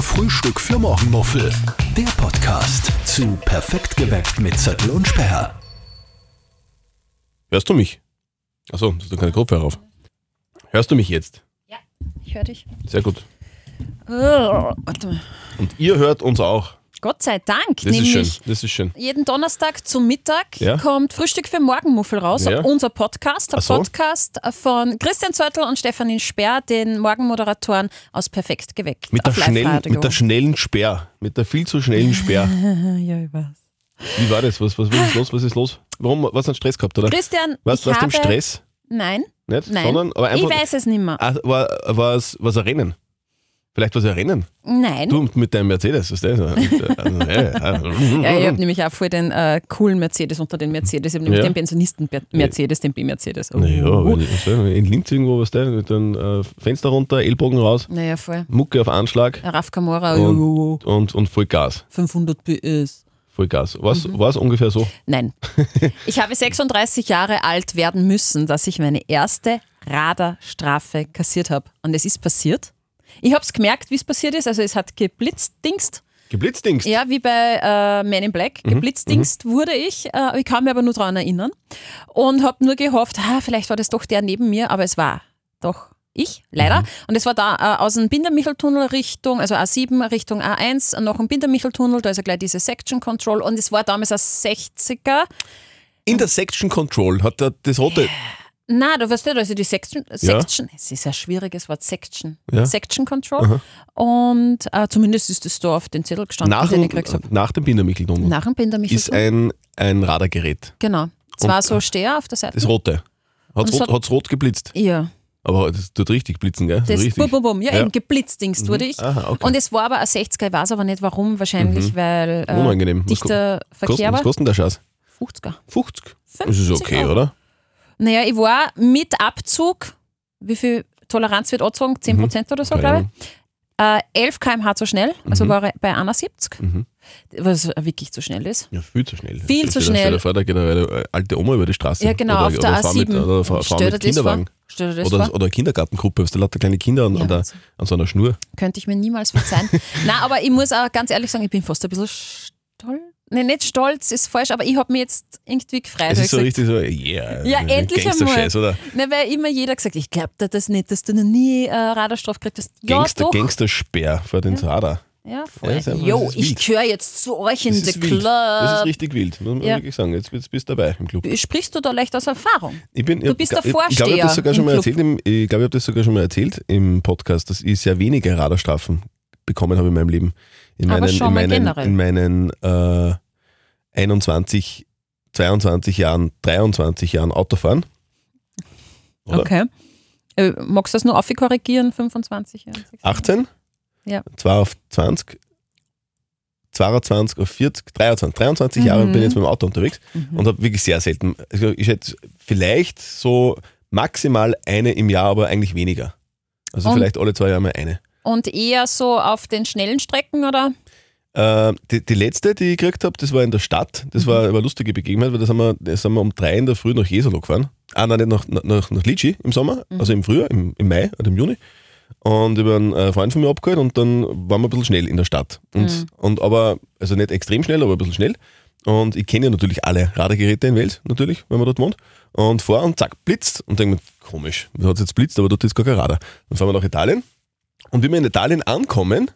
Frühstück für Morgenmuffel. Der Podcast zu Perfekt geweckt mit Zettel und Sperr. Hörst du mich? Achso, hast du keine Kopfhörer auf. Hörst du mich jetzt? Ich höre dich. Sehr gut. Warte mal. Und ihr hört uns auch. Gott sei Dank, Das ist nämlich schön. Das ist schön. jeden Donnerstag zum Mittag Ja. kommt Frühstück für Morgenmuffel raus, Ja. unser Podcast, der Ach so. Podcast von Christian Zörtl und Stefanie Sperr, den Morgenmoderatoren aus Perfekt geweckt. Mit der, auf Live schnellen, Radio. mit der schnellen Sperr. Mit der viel zu schnellen Sperr. ja, ich weiß. Wie war das? Was, was, was ist los? Was ist los? Warum? Was ein Stress gehabt, oder? Christian, Was, ich was habe, dem Stress? Nein, Nicht? nein. Sondern, aber einfach, ich weiß es nicht mehr. Ah, war, war es was ein Rennen? Vielleicht was ein Rennen? Nein. Du mit deinem Mercedes, ist das? Ja, ich habe Ja, nämlich auch voll den äh, coolen Mercedes unter den Mercedes. Ich habe nämlich Mhm. Ja. den Pensionisten Mercedes, den B-Mercedes. Oh. naja, wenn ich- in Linz irgendwo, was der, mit dem äh, Fenster runter, Ellbogen raus, naja, voll. Mucke auf Anschlag Raf Kamora, Und- oh, und, und voll Gas. 500 PS. Voll Gas. Was Mhm. es ungefähr so? Nein. Ich habe 36 Jahre alt werden müssen, dass ich meine erste Radarstrafe kassiert habe. Und es ist passiert. Ich habe es gemerkt, wie es passiert ist. Also es hat geblitzt, dingst. Geblitzdings. Ja, wie bei äh, Man in Black. Geblitzt, dingst wurde ich. Äh, ich kann mich aber nur daran erinnern. Und habe nur gehofft, ha, vielleicht war das doch der neben mir, aber es war doch ich, leider. Und es war da äh, aus dem Bindermicheltunnel Richtung, also A7 Richtung A1, noch ein Bindermicheltunnel, da ist ja gleich diese Section Control. Und es war damals ein 60er. In der Section Control hat der, das rote. Na, du weißt ja, also die Section, Ja. Section es ist ein schwieriges Wort, Section, Ja. Section Control. Und äh, zumindest ist das da auf den Zettel gestanden, Nach, den ich gekriegt habe. nach dem Bindermicheltunnel Nach dem Bindermichel. ist ein, ein Radargerät. genau. Es Und- war so Steher auf der Seite. Das rote. Hat's Und rot, es hat- hat's rot geblitzt. ja, Aber das tut richtig blitzen, gell? So das richtig. bum, bum, bum. Ja, Ja. eben geblitzdings wurde ich. Aha, okay. Mhm. Und es war aber ein 60er, ich weiß aber nicht warum, wahrscheinlich, weil äh, Unangenehm. Was dichter kostet, Verkehr was war. kostet denn der Schatz? 50er. 50. Das ist 50 okay, Euro. oder? Naja, ich war mit Abzug, wie viel Toleranz wird angezogen? Mhm. 10% oder so, Keine glaube ich. Äh, 11 km/h zu schnell, also war ich bei 71, Mhm. was wirklich zu schnell ist. Ja, viel zu schnell. Viel Stell dir- Stell zu schnell. dir vor, da geht eine äh, alte Oma über die Straße. Ja, genau, oder, auf oder der Frau Mit, A7. oder Frau, Frau Stell dir mit das vor. Kinderwagen. Stell dir das Oder, vor. oder Kindergartengruppe, hast du lauter kleine Kinder an, Ja, also. an, der, Wahnsinn. an so einer Schnur. Könnte ich mir niemals verzeihen. Na, aber ich muss auch ganz ehrlich sagen, ich bin fast ein bisschen stolz. Nee, nicht stolz ist falsch, aber ich habe mir jetzt irgendwie gefreut. Es weil ist so Also ich gesagt, richtig so, yeah. Ja, endlich Gangster-Scheiß, oder? ne, weil immer jeder gesagt, ich glaube dir das nicht, dass du noch nie äh, Radarstrafe gekriegt hast. Ja, Gangster, doch. Gangstersperr vor den Radar. Ja, Ja, voll. ist einfach- Jo, Oh, das ist ich wild. gehöre jetzt zu euch in Das the ist wild. Club. Das ist richtig wild, muss man Ja. wirklich sagen. Jetzt, jetzt bist du dabei im Club. Sprichst du da leicht aus Erfahrung? Ich bin, Du bist der ich, ich glaube, ich habe das Vorsteher sogar schon im mal Club. erzählt. Im, ich glaube, ich habe das sogar schon mal erzählt im Podcast, dass ich sehr wenige Radarstrafen bekommen habe in meinem Leben. In Aber meinen, schon in mal meinen, generell. in meinen äh, 21, 22 Jahren, 23 Jahren Autofahren. Oder? Okay. Äh, magst du das nur aufkorrigieren? 25 Jahre? 18, Ja. 2 auf 20, 22 auf 40, 23, 23 Jahre Mhm. bin ich jetzt mit dem Auto unterwegs Mhm. und habe wirklich sehr selten, also ich hätte vielleicht so maximal eine im Jahr, aber eigentlich weniger. Also Und- vielleicht alle zwei Jahre mal eine. Und eher so auf den schnellen Strecken, oder? Äh, die, die letzte, die ich gekriegt habe, das war in der Stadt. Das Mhm. war eine lustige Begebenheit, weil da sind wir, da sind wir um drei in der Früh nach Jesolo gefahren. Ah, nein, nicht nach, nach, nach Litschi im Sommer, Mhm. also im Frühjahr, im, im Mai oder im Juni. Und über einen äh, Freund von mir abgeholt und dann waren wir ein bisschen schnell in der Stadt. Und, und aber, also nicht extrem schnell, aber ein bisschen schnell. Und ich kenne ja natürlich alle Radargeräte in Wels, natürlich, wenn man dort wohnt. Und fahr und zack, blitzt. Und denke mir, komisch, da hat es jetzt blitzt, aber dort ist gar kein Radar. Dann fahren wir nach Italien. Und wie wir in Italien ankommen,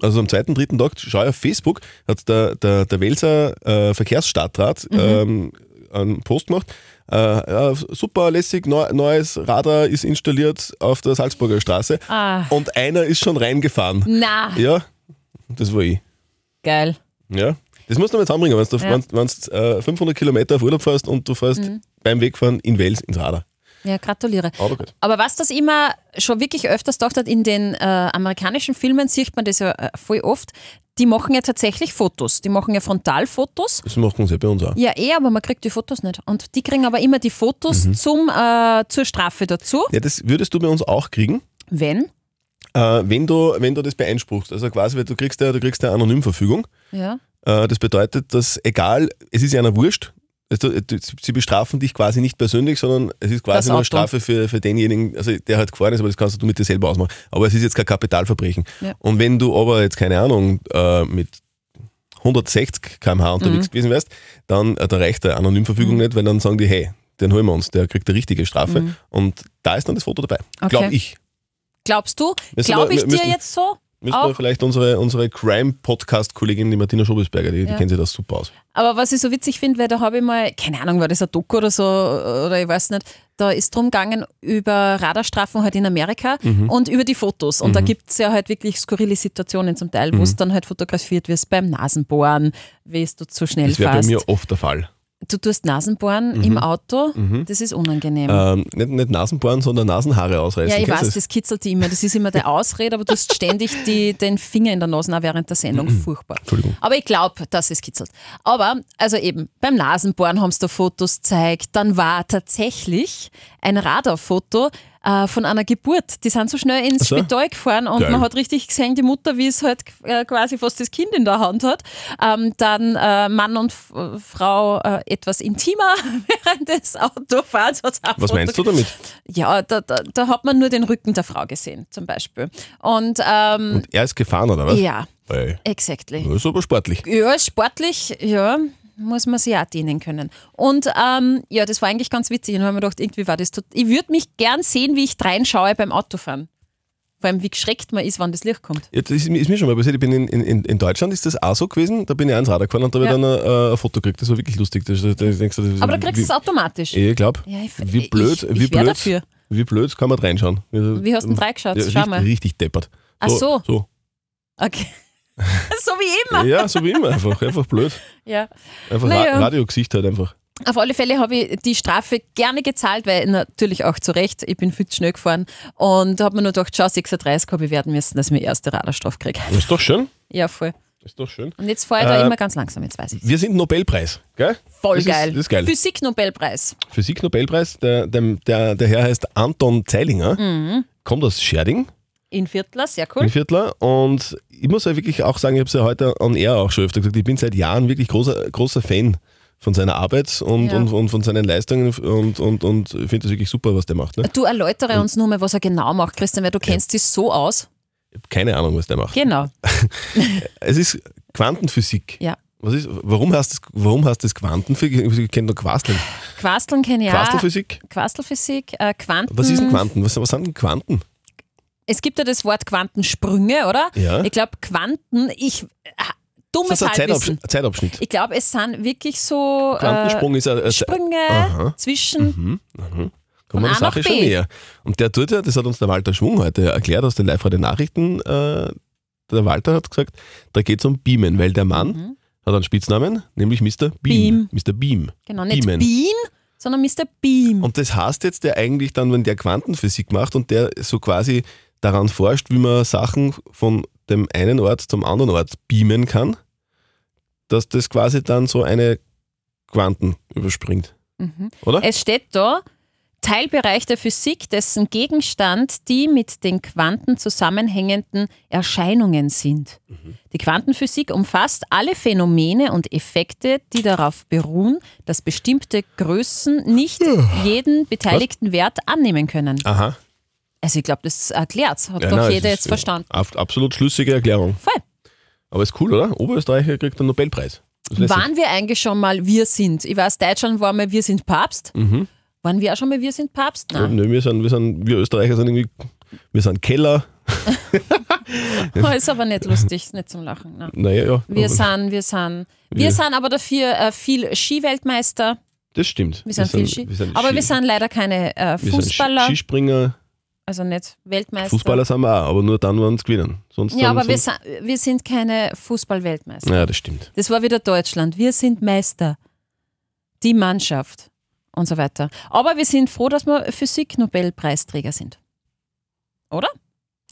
also am zweiten, dritten Tag, schaue ich auf Facebook, hat der, der, der Welser äh, Verkehrsstadtrat ähm, einen Post gemacht. Äh, ja, super lässig, neu, neues Radar ist installiert auf der Salzburger Straße. Ah, Und einer ist schon reingefahren. na, Ja, das war ich. geil. Ja. Das musst du mal zusammenbringen, wenn du Ja. Mhm. wenn's- wenn's, äh, 500 Kilometer auf Urlaub fährst und du fährst beim Wegfahren in Wels ins Radar. Ja, gratuliere. Aber gut. Aber was das immer schon wirklich öfters gedacht hat, in den äh, amerikanischen Filmen sieht man das ja äh, voll oft, die machen ja tatsächlich Fotos. Die machen ja Frontalfotos. Das machen sie bei uns auch. Ja, eh, aber man kriegt die Fotos nicht. Und die kriegen aber immer die Fotos Mhm. zum, äh, zur Strafe dazu. Ja, das würdest du bei uns auch kriegen. Wenn? Äh, wenn, du, wenn du das beeinspruchst, also quasi, weil du kriegst ja, du kriegst ja Anonymverfügung. Ja. Äh, das bedeutet, dass egal, es ist ja einer wurscht, Also, du- Sie bestrafen dich quasi nicht persönlich, sondern es ist Das quasi nur Auto. eine Strafe für, für denjenigen, also der halt gefahren ist, aber das kannst du mit dir selber ausmachen. Aber es ist jetzt kein Kapitalverbrechen. Ja. Und wenn du aber jetzt, keine Ahnung, äh, mit 160 Mhm. km/h unterwegs gewesen wärst, dann äh, da reicht der Anonymverfügung nicht, weil dann sagen die, hey, den holen wir uns, der kriegt eine richtige Strafe. Und da ist dann das Foto dabei. Mhm. Okay. Glaub ich. Glaubst du? Müssen Glaube wir- ich dir müssen- jetzt so? Müssen Auch- wir vielleicht unsere, unsere Crime-Podcast-Kollegin, die Martina Schobelsberger, die, Ja. die kennt sich das super aus. Aber was ich so witzig finde, weil da habe ich mal, keine Ahnung, war das ein Doku oder so, oder ich weiß nicht, da ist drum gegangen über Radarstrafen halt in Amerika Mhm. und über die Fotos. Und da gibt es ja halt wirklich skurrile Situationen zum Teil, wo Mhm. es dann halt fotografiert wird beim Nasenbohren, wie es du zu schnell Das wäre bei fährst. mir Mhm. oft der Fall. Du tust Nasenbohren im Auto, das ist unangenehm. Ähm, nicht, nicht Nasenbohren, sondern Nasenhaare ausreißen. ja, ich Kennst du weiß, das kitzelt die immer. Das ist immer der Ausrede, aber du hast ständig die, den Finger in der Nase auch während der Sendung. Furchtbar. Mhm. Entschuldigung. Aber ich glaube, dass es kitzelt. Aber, also eben, beim Nasenbohren haben sie da Fotos gezeigt. Dann war tatsächlich ein Radarfoto äh, von einer Geburt. Die sind so schnell ins Ach so. Spital gefahren und Geil. man hat richtig gesehen, die Mutter, wie es halt äh, quasi fast das Kind in der Hand hat. Ähm, dann äh, Mann und F- äh, Frau äh, etwas intimer während des Autofahrens. hat's auch Was meinst du damit? ja, da, da, da hat man nur den Rücken der Frau gesehen, zum Beispiel. Und ähm, Er ist gefahren, oder was? ja, Ey, exactly. das ist aber sportlich. Ja, sportlich, ja, muss man sich auch dienen können. Und ähm, ja, das war eigentlich ganz witzig. Und dann haben wir gedacht, irgendwie war das tot. Ich würde mich gern sehen, wie ich reinschaue beim Autofahren. Vor allem, wie geschreckt man ist, wann das Licht kommt. Ja, das ist, mir- ist mir schon mal passiert. Ich bin in, in, in Deutschland, ist das auch so gewesen. Da bin ich ans Radar gefahren und da habe ich Ja. dann äh, ein Foto gekriegt. Das war wirklich lustig. Das, das, das, denkst du, das, Aber da kriegst du es wie, automatisch. Ich glaube. Ja, ich- wie blöd, ich- ich wie wär blöd, dafür. wie blöd kann man da reinschauen. Wie hast du denn reingeschaut? Ja, Schau richtig, mal. richtig deppert. Ach so. so. Okay. so wie immer. Ja, so wie immer einfach. Einfach blöd. Ja. Einfach Naja. Ra Radiogesicht halt einfach. Auf alle Fälle habe ich die Strafe gerne gezahlt, weil natürlich auch zu Recht, ich bin viel zu schnell gefahren und da habe mir nur gedacht, schau, 36 habe ich werden müssen, dass ich meine erste Radarstrafe kriege. Ist doch schön. Ja, voll. Ist doch schön. Und jetzt fahre ich da Äh, immer ganz langsam, jetzt weiß ich Wir sind Nobelpreis, gell? Voll das geil. Ist, das ist geil. Physik-Nobelpreis. Physik-Nobelpreis, der, der, der, der Herr heißt Anton Zeilinger, Mhm. kommt aus Scherding In Viertler, sehr im cool. Viertler und ich muss ja wirklich auch sagen, ich habe es ja heute on air auch schon öfter gesagt, ich bin seit Jahren wirklich großer, großer Fan von seiner Arbeit und, Ja. und, und von seinen Leistungen und, und, und finde das wirklich super, was der macht. Ne? Du erläutere uns nur mal, was er genau macht, Christian, weil du kennst dich so aus. Ich habe keine Ahnung, was der macht. Genau. Es ist Quantenphysik. Ja. Was ist, warum heißt das, warum heißt das Quantenphysik? Ich kenne nur Quasteln. Quasteln kenne ich auch. Quastelphysik? Quastelphysik, äh, Quanten. Was ist ein Quanten? Was, was sind denn Quanten? Es gibt ja das Wort Quantensprünge, oder? Ja. Ich glaube, Quanten, ich. ah, Das Dummes ist ein Halbwissen. Zeitabsch- Zeitabschnitt. Ich glaube, es sind wirklich so äh, Quantensprung ist ein, ein Sprünge Also, Aha. Mhm. zwischen. Kommt von man A der Sache nach schon B. näher. Und der tut ja, das hat uns der Walter Schwung heute erklärt aus den live radio nachrichten äh, der Walter hat gesagt, da geht es um Beamen, weil der Mann Mhm. hat einen Spitznamen, nämlich Mr. Beam. Mr. Beam. Genau, nicht Beamen. Bean, sondern Mr. Beam. Und das heißt jetzt, der eigentlich dann, wenn der Quantenphysik macht und der so quasi daran forscht, wie man Sachen von dem einen Ort zum anderen Ort beamen kann, dass das quasi dann so eine Quanten überspringt. Oder? es steht da, Teilbereich der Physik, dessen Gegenstand die mit den Quanten zusammenhängenden Erscheinungen sind. Mhm. Die Quantenphysik umfasst alle Phänomene und Effekte, die darauf beruhen, dass bestimmte Größen nicht jeden beteiligten Wert annehmen können. Aha. Also ich glaube, das erklärt hat Ja, doch nein, jeder es jetzt ist, äh, verstanden. ab- Absolut schlüssige Erklärung. Voll. Aber ist cool, oder? Oberösterreicher kriegt einen Nobelpreis. Das lässt sich- Waren wir eigentlich schon mal Wir sind? Ich weiß, Deutschland war mal Wir sind Papst. Mhm. Waren wir auch schon mal Wir sind Papst? Nein. Nö, wir, sind, wir, sind, wir Österreicher sind irgendwie, wir sind Keller. Oh, ist aber nicht lustig, ist nicht zum Lachen. Nein. Naja, ja. Wir Aber sind, wir sind. Wir Wir- sind aber dafür äh, viel Skiweltmeister. das stimmt. Wir sind, viel Ski. wir sind aber Ski- wir sind leider keine äh, wir sind Fußballer, Skispringer, also nicht Weltmeister. Fußballer sind wir auch, aber nur dann, wenn es gewinnen. Sonst Ja, dann, aber wir sonst, sind, wir sind keine Fußball-Weltmeister. Naja, das stimmt. Das war wieder Deutschland. Wir sind Meister. Die Mannschaft und so weiter. Aber wir sind froh, dass wir Physik-Nobelpreisträger sind. Oder?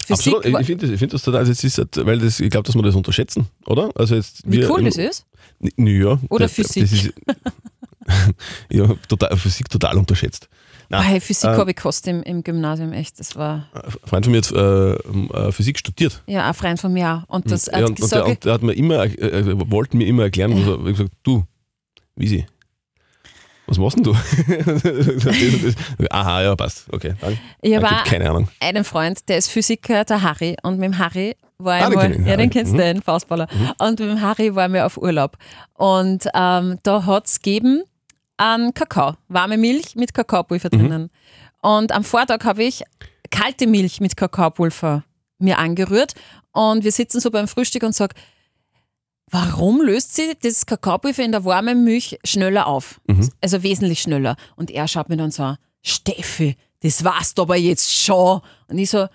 Physik, Absolut. Ich- Ich war- finde das, ich find das total, also es ist, halt- weil das, ich glaube, dass wir das unterschätzen, oder? Also jetzt, wie wir, cool im- das ist. N- Ja. Oder das- Physik. Das ist, ja, total, Physik total unterschätzt. Ah, hey, Physik ähm, habe ich gekostet im, im Gymnasium, echt. Das war Ein Freund von mir hat äh, m- äh, Physik studiert. ja ein Freund von mir auch. Und das Hm. ja, hat und, und, der, gesagt, und der hat mir immer, äh, äh, wollte mir immer erklären, und so, ich gesagt, du, Wisi, was machst denn du? Aha, ja, passt. Okay, danke. Ich Danke, war- keine Ahnung. einen Freund, der ist Physiker, der Harry. Und mit dem Harry war ich Ah, den mal, kenn ich, den ja, den Harry. Mhm. kennst du, den Faustballer. Und mit dem Harry waren wir auf Urlaub. Und ähm, da hat es gegeben einen Kakao, warme Milch mit Kakaopulver Mhm. drinnen. Und am Vortag habe ich kalte Milch mit Kakaopulver mir angerührt. Und wir sitzen so beim Frühstück und sagen, warum löst sie das Kakaopulver in der warmen Milch schneller auf? Mhm. Also wesentlich schneller. Und er schaut mir dann so, an, Steffi, das warst du aber jetzt schon. Und ich so,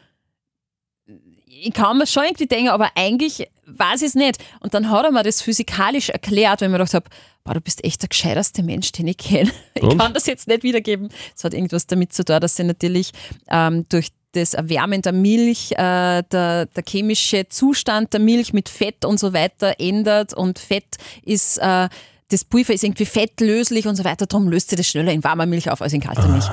ich kann mir schon irgendwie denken, aber eigentlich weiß ich es nicht. Und dann hat er mir das physikalisch erklärt, weil ich mir gedacht habe, boah, du bist echt der gescheiterste Mensch, den ich kenne. Ich Und? kann das jetzt nicht wiedergeben. Es hat irgendwas damit zu tun, dass sie natürlich ähm, durch das Erwärmen der Milch, äh, der, der chemische Zustand der Milch mit Fett und so weiter ändert und Fett ist, äh, das Pulver ist irgendwie fettlöslich und so weiter, darum löst sie das schneller in warmer Milch auf als in kalter Milch.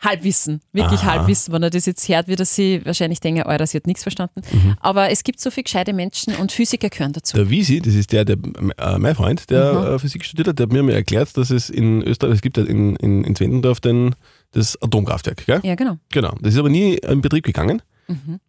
Halbwissen, wirklich Halbwissen. Wenn er das jetzt hört, wird er sie wahrscheinlich denken, Alter, sie hat nichts verstanden. Mhm. Aber es gibt so viele gescheite Menschen und Physiker gehören dazu. Der Wisi, das ist der, der äh, mein Freund, der Mhm. äh, Physik studiert hat, der hat mir mal erklärt, dass es in Österreich, es gibt ja in, in, in Zwendendorf den, das Atomkraftwerk, gell? Ja, genau. Genau. Das ist aber nie in Betrieb gegangen,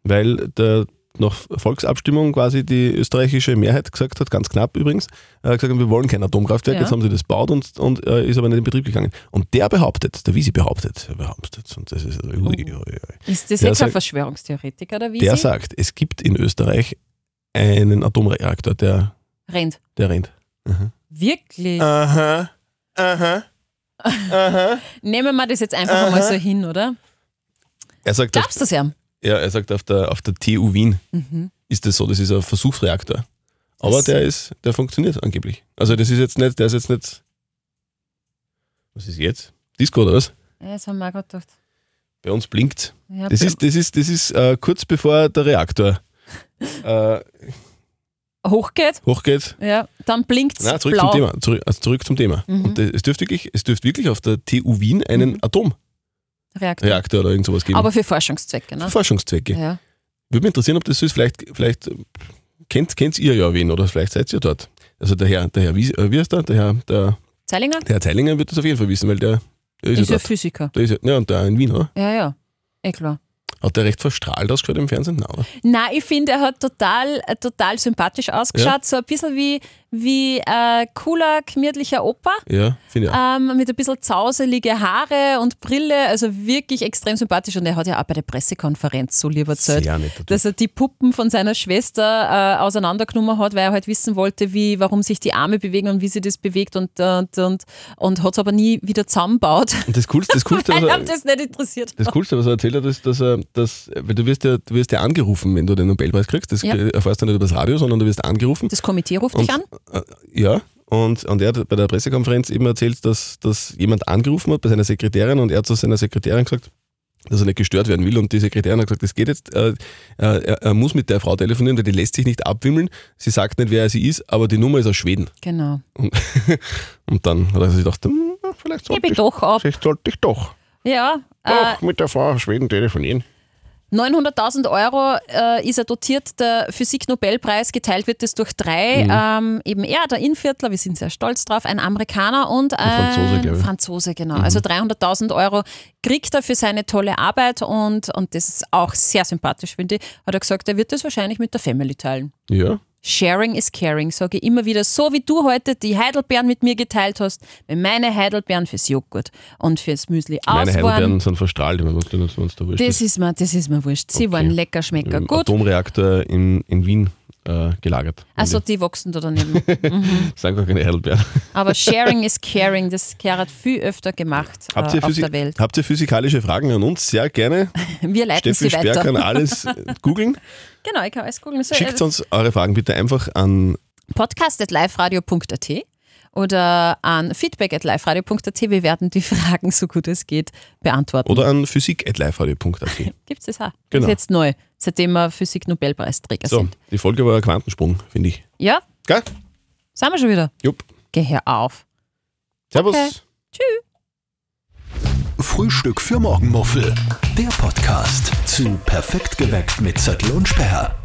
weil der nach Volksabstimmung quasi die österreichische Mehrheit gesagt hat, ganz knapp übrigens, äh, gesagt haben, wir wollen kein Atomkraftwerk, Ja. jetzt haben sie das gebaut und, und äh, ist aber nicht in Betrieb gegangen. Und der behauptet, der Wisi behauptet, er behauptet, und das ist, ui, ui, ui. Ist das Der jetzt ein sagt- Verschwörungstheoretiker oder wie der sie sagt, es gibt in Österreich einen Atomreaktor, der, rennt? der rennt. Wirklich? Aha, aha, aha. Nehmen wir das jetzt einfach mal so hin, oder? Er sagt, auf, Glaubst du es ja? ja, er sagt auf, der, auf der TU Wien ist das so, das ist ein Versuchsreaktor. Aber Das- der ist, der funktioniert angeblich. Also das ist jetzt nicht, der ist jetzt nicht. Was ist jetzt? Disco oder was? Ja, das haben wir auch gerade gedacht. Bei uns blinkt. Ja, Das ist, das ist, das ist äh, kurz bevor der Reaktor äh, hochgeht, hochgeht. ja, dann blinkt Na, es zurück blau. Mhm. zum Thema. Zurück, also zurück zum Thema. Und äh, es dürfte wirklich, es dürfte wirklich auf der TU Wien einen Reaktor. Atomreaktor oder irgend sowas geben. Mhm. Aber für Forschungszwecke, Für ne? Forschungszwecke. Ja. Würde mich interessieren, ob das so ist. Vielleicht, vielleicht äh, kennt, kennt ihr ja wen oder vielleicht seid ihr dort. Also der Herr, der Herr wie, äh, wie heißt der? Der Herr, der, Zeilinger der Herr Zeilinger wird das auf jeden Fall wissen, weil der, der ist, ist ja ja dort. Physiker. Der ist ja, ja, und der in Wien, oder? Ja, ja. Eh klar. Hat der recht verstrahlt ausgeschaut im Fernsehen? Nein, oder? Nein, ich finde, er hat total, äh, total sympathisch ausgeschaut. Ja. So ein bisschen wie, wie äh, cooler, gemütlicher Opa. Ja, finde ich auch. Ähm, mit ein bisschen zauselige Haare und Brille, also wirklich extrem sympathisch. Und er hat ja auch bei der Pressekonferenz so lieber erzählt, Sehr netter Typ. dass er die Puppen von seiner Schwester äh, auseinandergenommen hat, weil er halt wissen wollte, wie, warum sich die Arme bewegen und wie sie das bewegt und, und, und, und hat es aber nie wieder zusammengebaut, Und das Coolste, das Coolste, was weil ihm er, das nicht interessiert. das Coolste, was er erzählt hat, ist, dass er, dass, weil du wirst ja, du wirst ja angerufen, wenn du den Nobelpreis kriegst. Das Ja. erfährst du nicht über das Radio, sondern du wirst angerufen. Das Komitee ruft Und- dich an. Äh, Ja, und, und er hat bei der Pressekonferenz eben erzählt, dass, dass jemand angerufen hat bei seiner Sekretärin und er hat zu seiner Sekretärin gesagt, dass er nicht gestört werden will. Und die Sekretärin hat gesagt, das geht jetzt, äh, äh, er, er muss mit der Frau telefonieren, weil die lässt sich nicht abwimmeln. Sie sagt nicht, wer sie ist, aber die Nummer ist aus Schweden. Genau. Und dann hat er sich gedacht, hm, vielleicht sollte Gebe ich, doch ab. vielleicht sollte ich doch, Ja. Äh, doch mit der Frau aus Schweden telefonieren. 900.000 Euro äh, ist er dotiert, der Physiknobelpreis, geteilt wird es durch Mhm. drei. Ähm, eben er, der Inviertler, wir sind sehr stolz drauf, ein Amerikaner und ein Franzose, glaub ich. Mhm. Franzose, genau. Also 300.000 Euro kriegt er für seine tolle Arbeit und, und das ist auch sehr sympathisch, finde ich. Hat er gesagt, er wird das wahrscheinlich mit der Family teilen. Ja, Sharing is caring, sage ich immer wieder. So wie du heute die Heidelbeeren mit mir geteilt hast, wenn meine Heidelbeeren fürs Joghurt und fürs Müsli meine auswaren. Heidelbeeren sind verstrahlt, wenn man uns da wurscht Das ist mir, das ist mir wurscht. Sie waren lecker, schmecker, Im gut. Atomreaktor in, in Wien äh, gelagert. Also die wachsen da daneben. Das sind gar keine Heidelbeeren. Aber Sharing is Caring, das Gerhard viel öfter gemacht Habt äh, ihr, auf Physi- der Welt. habt ihr physikalische Fragen an uns? Sehr gerne. Wir leiten Steffi sie Sperr kann weiter. alles äh, googeln. Genau, ich kann alles googeln. So, Schickt äh, uns eure Fragen bitte einfach an podcast.liferadio.at oder an feedback.liferadio.at. Wir werden die Fragen, so gut es geht, beantworten. oder an physik.liferadio.at. Gibt es das auch? Genau. Ist jetzt neu, seitdem wir Physik-Nobelpreisträger So, sind. die Folge war ein Quantensprung, finde ich. Ja, Gell? sind wir schon wieder. Jupp. Geh her auf. Servus. Okay. Tschüss. Frühstück für Morgenmuffel. Der Podcast zu Perfekt geweckt mit Zettel und Sperr.